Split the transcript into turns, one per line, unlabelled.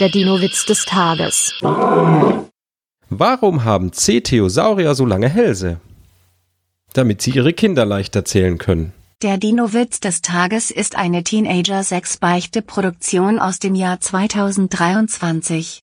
Der Dino-Witz des Tages.
Warum haben C-Theosaurier so lange Hälse? Damit sie ihre Kinder leichter zählen können.
Der Dino-Witz des Tages ist eine Teenager-6-Beichte-Produktion aus dem Jahr 2023.